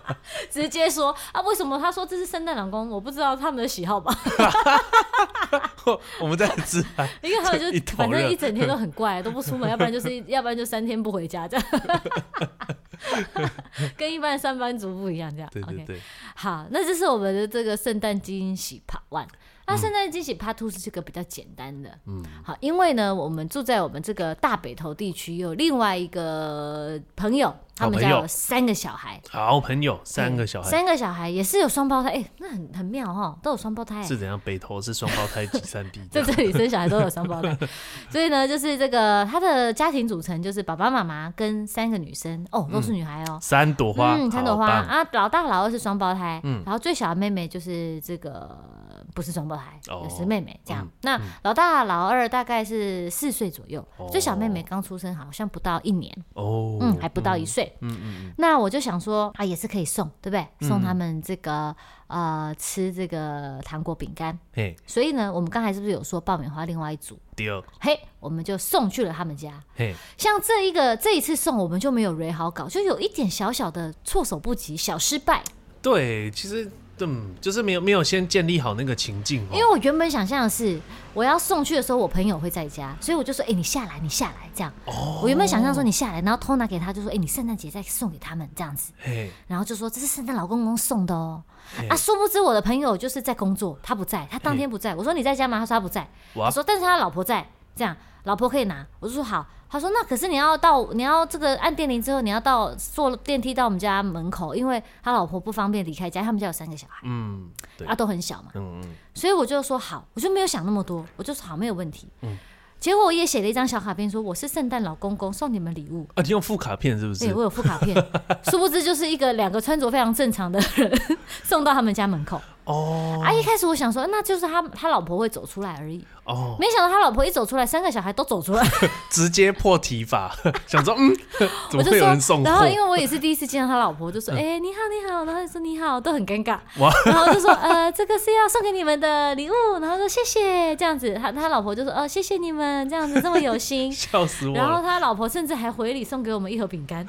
Speaker 2: 直接说啊，为什么他说这是圣诞老公？我不知道他们的喜好吧。
Speaker 1: 我们在自 嗨，
Speaker 2: 因为他们
Speaker 1: 一
Speaker 2: 就
Speaker 1: 头
Speaker 2: 反正
Speaker 1: 热
Speaker 2: 一整天都很怪，都 不出门，要不然就是要不然就三天不回家这样， 跟一般的上班族不一样这样。
Speaker 1: 对对
Speaker 2: OK，
Speaker 1: 对，
Speaker 2: 好，那这是我们的这个圣诞惊喜 Part One。那
Speaker 1: 嗯
Speaker 2: 圣诞惊喜 Part Two 是这个比较简单的，嗯，好，因为呢，我们住在我们这个大北投地区，有另外一个朋友，他们
Speaker 1: 好
Speaker 2: 家
Speaker 1: 哦朋友
Speaker 2: 有三个小孩，
Speaker 1: 好朋友三个
Speaker 2: 对
Speaker 1: 小孩
Speaker 2: 三个小孩也是有双胞胎，哎、那很很妙哈，都有双胞胎、哎
Speaker 1: 是怎样？北投是双胞胎集散地这
Speaker 2: 在
Speaker 1: 样，
Speaker 2: 这里生小孩都有双 胞胎，所以呢，就是这个他的家庭组成就是爸爸妈妈跟三个女生，哦，都
Speaker 1: 嗯
Speaker 2: 是女孩哦，
Speaker 1: 三朵花，
Speaker 2: 嗯，三朵
Speaker 1: 好
Speaker 2: 花
Speaker 1: 棒嗯
Speaker 2: 啊，老大老二是双胞胎，然后最小的妹妹就是这个不是双胞胎，
Speaker 1: 哦嗯
Speaker 2: 是妹妹这样。那老大老二大概是四岁左右，
Speaker 1: 哦
Speaker 2: 最小妹妹刚出生，好像不到一年，
Speaker 1: 哦，
Speaker 2: 嗯，还不到一岁。
Speaker 1: 嗯嗯嗯，
Speaker 2: 那我就想说啊，也是可以送，对不对？送他们这个呃吃这个糖果饼干。
Speaker 1: 嘿，
Speaker 2: 所以呢，我们刚才是不是有说爆米花另外一组？
Speaker 1: 第二，
Speaker 2: 嘿，我们就送去了他们家。
Speaker 1: 嘿，
Speaker 2: 像这一个这一次送，我们就没有蕊好稿，就有一点小小的措手不及，小失败。
Speaker 1: 对，其实嗯，就是没有没有先建立好那个情境
Speaker 2: 因为
Speaker 1: 哦，
Speaker 2: 我原本想象的是，我要送去的时候，我朋友会在家，所以我就说：“哎、你下来，你下来。”这样。
Speaker 1: 哦
Speaker 2: 我原本想象说你下来，然后偷拿给他，就说：“哎、你圣诞节再送给他们这样子。
Speaker 1: 嘿，”
Speaker 2: 然后就说：“这是圣诞老公公送的哦。”
Speaker 1: 嗯嘿
Speaker 2: 啊，殊不知我的朋友就是在工作，他不在，他当天不在。我说：“你在家吗？”他说：“他不在。”
Speaker 1: 哇
Speaker 2: 我，说但是他老婆在，这样老婆可以拿。我就说好。他说那可是你要到你要这个按电铃之后，你要到坐电梯到我们家门口，因为他老婆不方便离开家，他们家有三个小孩，
Speaker 1: 嗯对
Speaker 2: 啊都很小嘛，
Speaker 1: 嗯嗯，
Speaker 2: 所以我就说好，我就没有想那么多，我就说好没有问题。
Speaker 1: 嗯
Speaker 2: 结果我也写了一张小卡片，说我是圣诞老公公，送你们礼物。
Speaker 1: 啊，你用副卡片是不
Speaker 2: 对，
Speaker 1: 是？
Speaker 2: 我有副卡片，殊不知就是一个两个穿着非常正常的人送到他们家门口。
Speaker 1: 哦
Speaker 2: 啊，一开始我想说，那就是他他老婆会走出来而已，
Speaker 1: 哦，
Speaker 2: 没想到他老婆一走出来，三个小孩都走出来。
Speaker 1: 直接破题法， 想说 嗯，怎
Speaker 2: 我
Speaker 1: 么
Speaker 2: 就
Speaker 1: 会有人送
Speaker 2: 说，
Speaker 1: 货嗯
Speaker 2: 然？后因为我也是第一次见到他老婆，就说：“哎、你好，你好。”然后就说：“你好。”都很尴尬。
Speaker 1: 哇
Speaker 2: 然后就说：“呃，这个是要送给你们的礼物。”然后说：“谢谢。”这样子，他他老婆就说：“哦，谢谢你们，这样子这么 有 心。”
Speaker 1: 笑死我
Speaker 2: 然后
Speaker 1: 了！
Speaker 2: 他老婆甚至还回礼送给我们一盒饼干，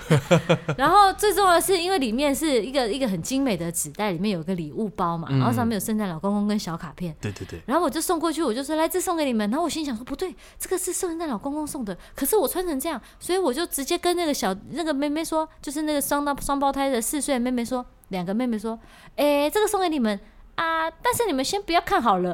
Speaker 2: 然后最重要的是，因为里面是一个一个很精美的纸袋，里面有个礼物包
Speaker 1: 嗯
Speaker 2: 嘛，然后上面有圣诞老公公跟小卡片，
Speaker 1: 对对对，
Speaker 2: 然后我就送过去，我就说来，这送给你们。然后我心想说不对，这个是圣诞老公公送的，可是我穿成这样，所以我就直接跟那个小那个妹妹说，就是那个双胞双胞胎的四岁的妹妹说，两个妹妹说，哎，这个送给 你们啊，但是你们先不要看好了，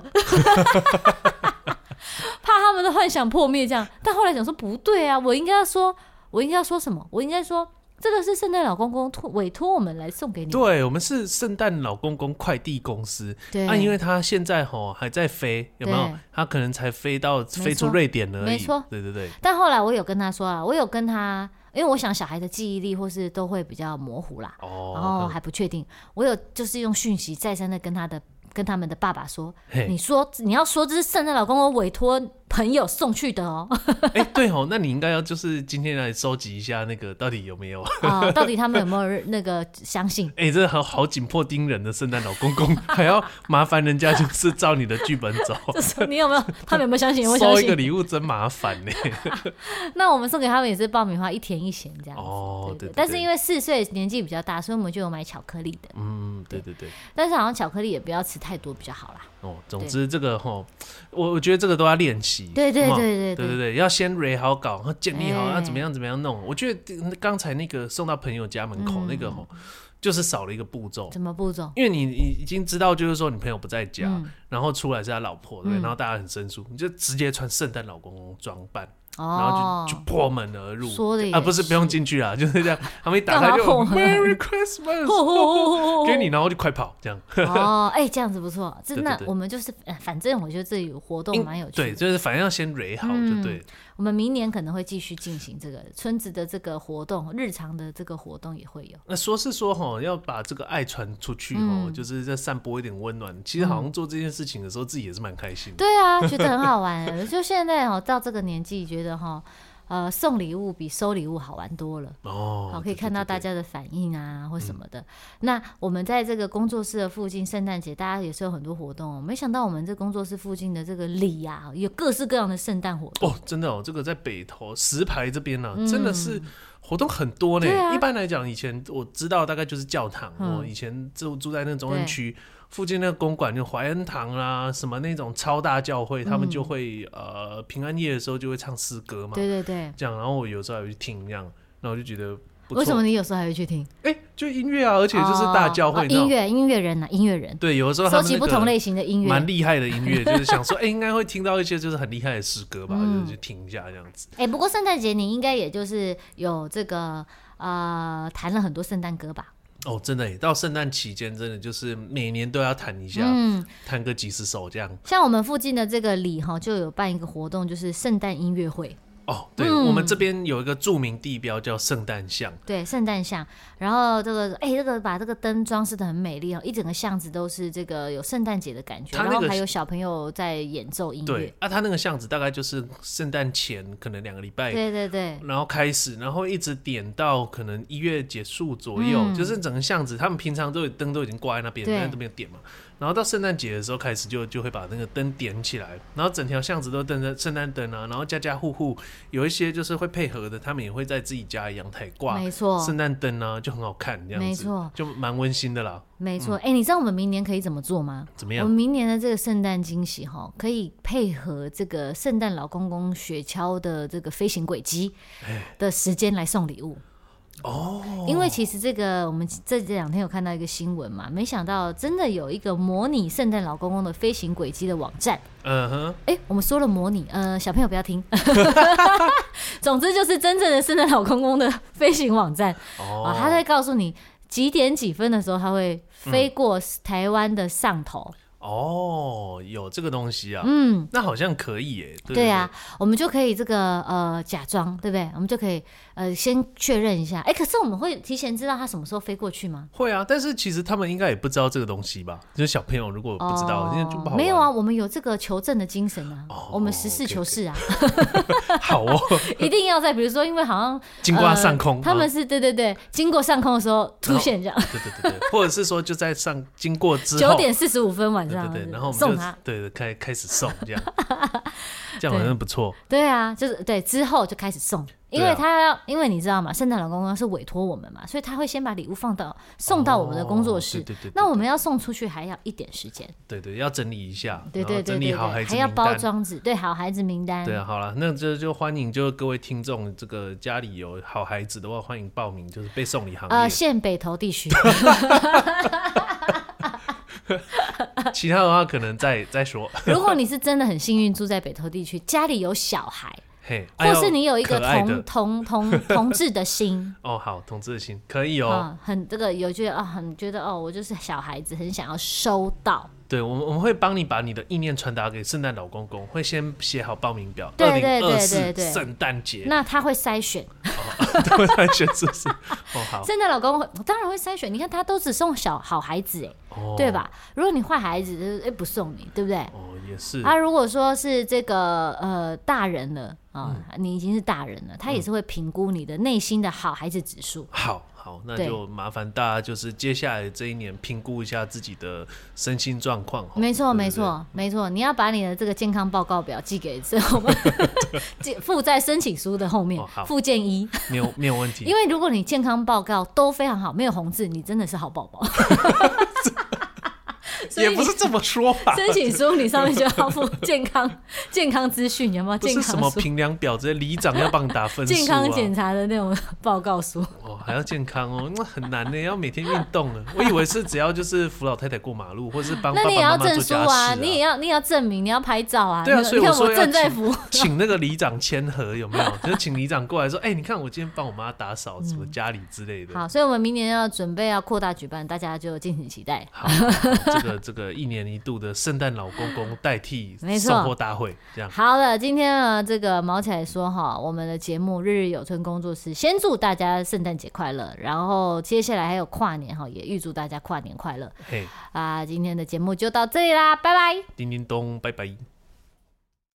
Speaker 2: 怕他们们的幻想破灭这样。但后来想说不对啊，我应该要说，我应该要说什么？我应该说这个是圣诞老公公托委托我们来送给你。
Speaker 1: 对，我们是圣诞老公公快递公司，
Speaker 2: 对
Speaker 1: 啊，因为他现在吼还在飞，有没有
Speaker 2: 对？
Speaker 1: 他可能才飞到
Speaker 2: 错
Speaker 1: 飞出瑞典而已，
Speaker 2: 没错
Speaker 1: 对对对，
Speaker 2: 但后来我有跟他说啊，我有跟他，因为我想小孩的记忆力或是都会比较模糊啦，然后
Speaker 1: 哦，
Speaker 2: 还不确定。我有就是用讯息再三的跟他的跟他们的爸爸说，
Speaker 1: 嘿
Speaker 2: 你，说你要说这是圣诞老公公委托朋友送去 的哦，
Speaker 1: 哎，对吼，那你应该要就是今天来收集一下那个到底有没有？
Speaker 2: 啊、到底他们有没有那个相信？
Speaker 1: 哎，这好好紧迫盯人的圣诞老公公，还要麻烦人家就是照你的剧本走，
Speaker 2: 就是你有没有他们有没有 相 信？我相
Speaker 1: 哦收一个
Speaker 2: 信。
Speaker 1: 礼物真麻烦呢。
Speaker 2: 那我们送给他们也是爆米花，一甜一咸这样子。
Speaker 1: 哦，对，
Speaker 2: 但是因
Speaker 1: 为
Speaker 2: 为四岁年纪比较大，所以我们就有买巧克力的。
Speaker 1: 嗯，对对对。
Speaker 2: 但是好像巧克力也不要吃太多比较好啦。
Speaker 1: 哦，总之这个吼，我我觉得这个都要练习。
Speaker 2: 对对
Speaker 1: 好不好
Speaker 2: 对
Speaker 1: 对
Speaker 2: 对对
Speaker 1: 对对，要先 re 好搞，然后建立好，啊
Speaker 2: 哎
Speaker 1: 要怎么样怎么样弄。我觉得刚才那个送到朋友家门
Speaker 2: 嗯
Speaker 1: 口那个吼，就是少了一个步骤。
Speaker 2: 怎么步骤？
Speaker 1: 因为你你已经知道，就是说你朋友不在家，
Speaker 2: 嗯
Speaker 1: 然后出来是他老婆，对不对，
Speaker 2: 嗯
Speaker 1: 然后大家很生疏，你就直接穿圣诞老公公装扮，然
Speaker 2: 哦
Speaker 1: 后，就就破门而入，
Speaker 2: 说得也
Speaker 1: 啊不是
Speaker 2: 是
Speaker 1: 不用进去啊，就是这样， 他们一打
Speaker 2: 干
Speaker 1: 开
Speaker 2: 嘛
Speaker 1: 就
Speaker 2: 破门
Speaker 1: Merry
Speaker 2: 吼吼
Speaker 1: Christmas，
Speaker 2: 吼吼吼
Speaker 1: 给你， 然后就快跑这样。
Speaker 2: 哦，哎、这样子不错，这
Speaker 1: 对对
Speaker 2: 那
Speaker 1: 对
Speaker 2: 我们就是，呃反正我觉得这有活动
Speaker 1: 因
Speaker 2: 蛮有趣
Speaker 1: 对，
Speaker 2: 的。
Speaker 1: 就是反正要先 re 好就
Speaker 2: 嗯
Speaker 1: 对了。
Speaker 2: 我们明年可能会继续进行这个村子的这个活动，日常的这个活动也会有。
Speaker 1: 那说是说哈，要把这个爱传出去哦，
Speaker 2: 嗯
Speaker 1: 就是在散播一点温暖。其实好像做这件事情的时候，自己也是蛮开心的。
Speaker 2: 对啊，觉得很好玩。就现在哦，到这个年纪，觉得哈、呃，送礼物比收礼物好玩多了。
Speaker 1: 哦，
Speaker 2: 好，可
Speaker 1: 对嗯
Speaker 2: 以看到大。家的反应啊，或什么的。那我们在这个工作室的附近，圣诞节大家也是有很多活动、哦。没想到我们这工作室附近的这个里啊，有各式各样的圣诞活动。
Speaker 1: 对对哦，真的哦，这个在北投石牌这边呢、真的是活动很多呢。
Speaker 2: 嗯对啊
Speaker 1: 一般来讲，以前我知道大概就是教堂，哦
Speaker 2: 嗯
Speaker 1: 我以前就住在那个中正区附近那个公馆，就怀恩堂啦、什么那种超大教会，他们就会、呃平安夜的时候就会唱诗歌嘛，
Speaker 2: 嗯对对对，
Speaker 1: 这样。然后我有时候还会去听这样，然后我就觉得不错。
Speaker 2: 为什么你有时候还会去听？
Speaker 1: 哎、就音乐啊，而且就是大教
Speaker 2: 哦
Speaker 1: 会
Speaker 2: 哦
Speaker 1: 那种、
Speaker 2: 音乐音乐人呐、音乐人
Speaker 1: 对，有的时候他
Speaker 2: 收
Speaker 1: 们
Speaker 2: 集
Speaker 1: 那
Speaker 2: 不
Speaker 1: 个
Speaker 2: 同类型的音乐。
Speaker 1: 蛮厉害的音乐，就是想说，哎、应该会听到一些就是很厉害的诗歌 吧，
Speaker 2: 嗯
Speaker 1: 就是去听一下这样子。
Speaker 2: 哎、不过圣诞节你应该也就是有这个呃弹了很多圣诞歌吧？
Speaker 1: 哦，真的耶，到圣诞期间真的就是每年都要弹一下，
Speaker 2: 嗯，
Speaker 1: 弹、个几十首这样。
Speaker 2: 像我们附近的这个里哈，就有办一个活动，就是圣诞音乐会。
Speaker 1: 哦，对，
Speaker 2: 嗯
Speaker 1: 我们这边有一个著名地标叫圣诞巷，
Speaker 2: 对，圣诞巷，然后这个哎、这个把这个灯装饰的很美丽哦，一整个巷子都是这个有圣诞节的感觉，
Speaker 1: 它那
Speaker 2: 然后
Speaker 1: 个
Speaker 2: 还
Speaker 1: 是
Speaker 2: 有小朋友在演奏音
Speaker 1: 对
Speaker 2: 乐，，
Speaker 1: 啊，它那个巷子大概就是圣诞前可能两个礼拜
Speaker 2: 对对对，
Speaker 1: 然后开始，然后一直点到可能一月结束左右，
Speaker 2: 嗯
Speaker 1: 就是整个巷子，他们平常都有灯都已经挂在那边，
Speaker 2: 对
Speaker 1: 但是都没有点嘛。然后到圣诞节的时候开始就就会把那个灯点起来，然后整条巷子都灯着圣诞灯啊，然后家家户户有一些就是会配合的，他们也会在自己家的阳台挂
Speaker 2: 没错
Speaker 1: 圣诞灯啊，就很好看这样子，
Speaker 2: 没错，
Speaker 1: 就蛮温馨的啦。
Speaker 2: 没错。哎、你知道我们明年可以怎么做吗？
Speaker 1: 怎么
Speaker 2: 我
Speaker 1: 样？
Speaker 2: 们明年的这个圣诞惊喜哈，可以配合这个圣诞老公公雪橇的这个飞行轨迹的时间来送礼物。哦，因为其实这个我们这这两天有看到一个新闻嘛，没想到真的有一个模拟圣诞老公公的飞行轨迹的网站。
Speaker 1: 嗯哼，
Speaker 2: 哎、我们说了模拟，呃，小朋友不要听。 总之就是真正的圣诞老公公的飞行网站啊，他
Speaker 1: 哦，
Speaker 2: 会告诉你几点几分的时候，他会飞过台湾的上头。
Speaker 1: 哦，有这个东西啊，
Speaker 2: 嗯，
Speaker 1: 那好像可以耶。对
Speaker 2: 对啊，，我们就可以这个呃假装，对不对？我们就可以呃先确认一下。哎，可是我们会提前知道他什么时候飞过去吗？
Speaker 1: 会啊，但是其实他们应该也不知道这个东西吧？就是小朋友如果不知道，因为就不好玩
Speaker 2: 没有啊，，我们有这个求证的精神啊，
Speaker 1: 哦
Speaker 2: 我们实事
Speaker 1: OK，OK
Speaker 2: 求是啊，
Speaker 1: 好哦，
Speaker 2: 一定要在比如说，因为好像呃
Speaker 1: 经过它上空，
Speaker 2: 他们
Speaker 1: 啊
Speaker 2: 是对对对，经过上空的时候出现这样，
Speaker 1: 对对对对，或者是说就在上经过之后，
Speaker 2: 九点四十五分晚
Speaker 1: 对
Speaker 2: 上
Speaker 1: 对对，然后我们
Speaker 2: 送
Speaker 1: 就
Speaker 2: 他，
Speaker 1: 对对开开始送这 样，这样好像不错
Speaker 2: 对啊，就是对之后就开始送。因
Speaker 1: 对
Speaker 2: 为
Speaker 1: 啊
Speaker 2: 他要，因为你知道嘛，圣诞老公公是委托我们嘛，所以他会先把礼物放到送到我们的工作室
Speaker 1: 哦。对对对对，
Speaker 2: 那我们要送出去还要一点时间，
Speaker 1: 对对要整理一下，
Speaker 2: 对
Speaker 1: 然
Speaker 2: 对
Speaker 1: 后
Speaker 2: 对
Speaker 1: 整
Speaker 2: 对
Speaker 1: 理
Speaker 2: 对，
Speaker 1: 好孩子
Speaker 2: 还要
Speaker 1: 名
Speaker 2: 包
Speaker 1: 单
Speaker 2: 装纸，对好孩子名单，
Speaker 1: 对啊，好了，那这就欢迎，就各位听众，这个家里有好孩子的话，欢迎报名，就是被送礼行
Speaker 2: 呃，
Speaker 1: 业，
Speaker 2: 县北投地区，
Speaker 1: 其他的话可能再再说。
Speaker 2: 如果你是真的很幸运，住在北投地区，家里有小孩，
Speaker 1: 嘿，哎
Speaker 2: 或
Speaker 1: 呦
Speaker 2: 是你有一个
Speaker 1: 可爱
Speaker 2: 同
Speaker 1: 的
Speaker 2: 同同同志的心，
Speaker 1: 哦，好，同志的心可以哦。
Speaker 2: 嗯，很这个有觉得哦，很觉得哦，我就是小孩子，很想要收到。
Speaker 1: 对，我们我们会帮你把你的意念传达给圣诞老公公，会先写好报名表。
Speaker 2: 对
Speaker 1: 二
Speaker 2: 对
Speaker 1: 零
Speaker 2: 对
Speaker 1: 二
Speaker 2: 对
Speaker 1: 四
Speaker 2: 对
Speaker 1: 圣诞节，
Speaker 2: 那他会筛选，
Speaker 1: 对，来选是不是？哦，好，
Speaker 2: 圣诞老公会当然会筛选。你看他都只送小好孩子，哎、
Speaker 1: 哦
Speaker 2: 对？吧？如果你坏孩子，就是哎不送你，对不对？
Speaker 1: 哦，也是。
Speaker 2: 啊，如果说是这个呃大人了啊、
Speaker 1: 嗯
Speaker 2: 你已经是大人了，他也是会评估你的内心的好孩子指数。
Speaker 1: 好好，那
Speaker 2: 对
Speaker 1: 就麻烦大家就是接下来这一年评估一下自己的身心状况哦。
Speaker 2: 没
Speaker 1: 对
Speaker 2: 错，没。错，没错。你要把你的这个健康报告表寄给这我们 寄附在申请书的后面
Speaker 1: 哦好
Speaker 2: 附件一，
Speaker 1: 对对没有没 有问题，
Speaker 2: 因为如果你健康报告都非常好，没有红字，你真的是好宝 宝。所以
Speaker 1: 也
Speaker 2: 你
Speaker 1: 不是这么说法，
Speaker 2: 申请书你上面就要附健康健康资讯，有没有
Speaker 1: 不
Speaker 2: 健
Speaker 1: 是什么
Speaker 2: 康 书？
Speaker 1: 评量表，直接里长要帮你打分数、啊，
Speaker 2: 健康检查的那种报告书，
Speaker 1: 哦，还要健康哦，那很难呢，要每天运动啊。我以为是只要就是扶老太太过马路，或是帮
Speaker 2: 那
Speaker 1: 爸
Speaker 2: 你也
Speaker 1: 爸妈
Speaker 2: 要
Speaker 1: 妈
Speaker 2: 证
Speaker 1: 做
Speaker 2: 书啊
Speaker 1: 家事啊
Speaker 2: 你也要你也要证明，你要拍照啊。
Speaker 1: 对啊
Speaker 2: 你看
Speaker 1: 所以
Speaker 2: 你看
Speaker 1: 我说要
Speaker 2: 正在
Speaker 1: 请
Speaker 2: 扶，
Speaker 1: 请那个里长签合有没有？ 就是请里长过来说，哎、你看我今天帮我妈打扫什么家里之类的。
Speaker 2: 好，所以我们明年要准备要扩大举办，大家就敬请期待。
Speaker 1: 好，好这个这个一年一度的圣诞老公公代替
Speaker 2: 没错
Speaker 1: 送货大会，这样
Speaker 2: 好了，今天呢，这个毛起来说哈，我们的节目《日日有春工作室》先祝大家圣诞节快乐，然后接下来还有跨年哈，也预祝大家跨年快乐
Speaker 1: 嘿，
Speaker 2: 啊！今天的节目就到这里啦，拜拜。
Speaker 1: 叮叮咚，拜拜。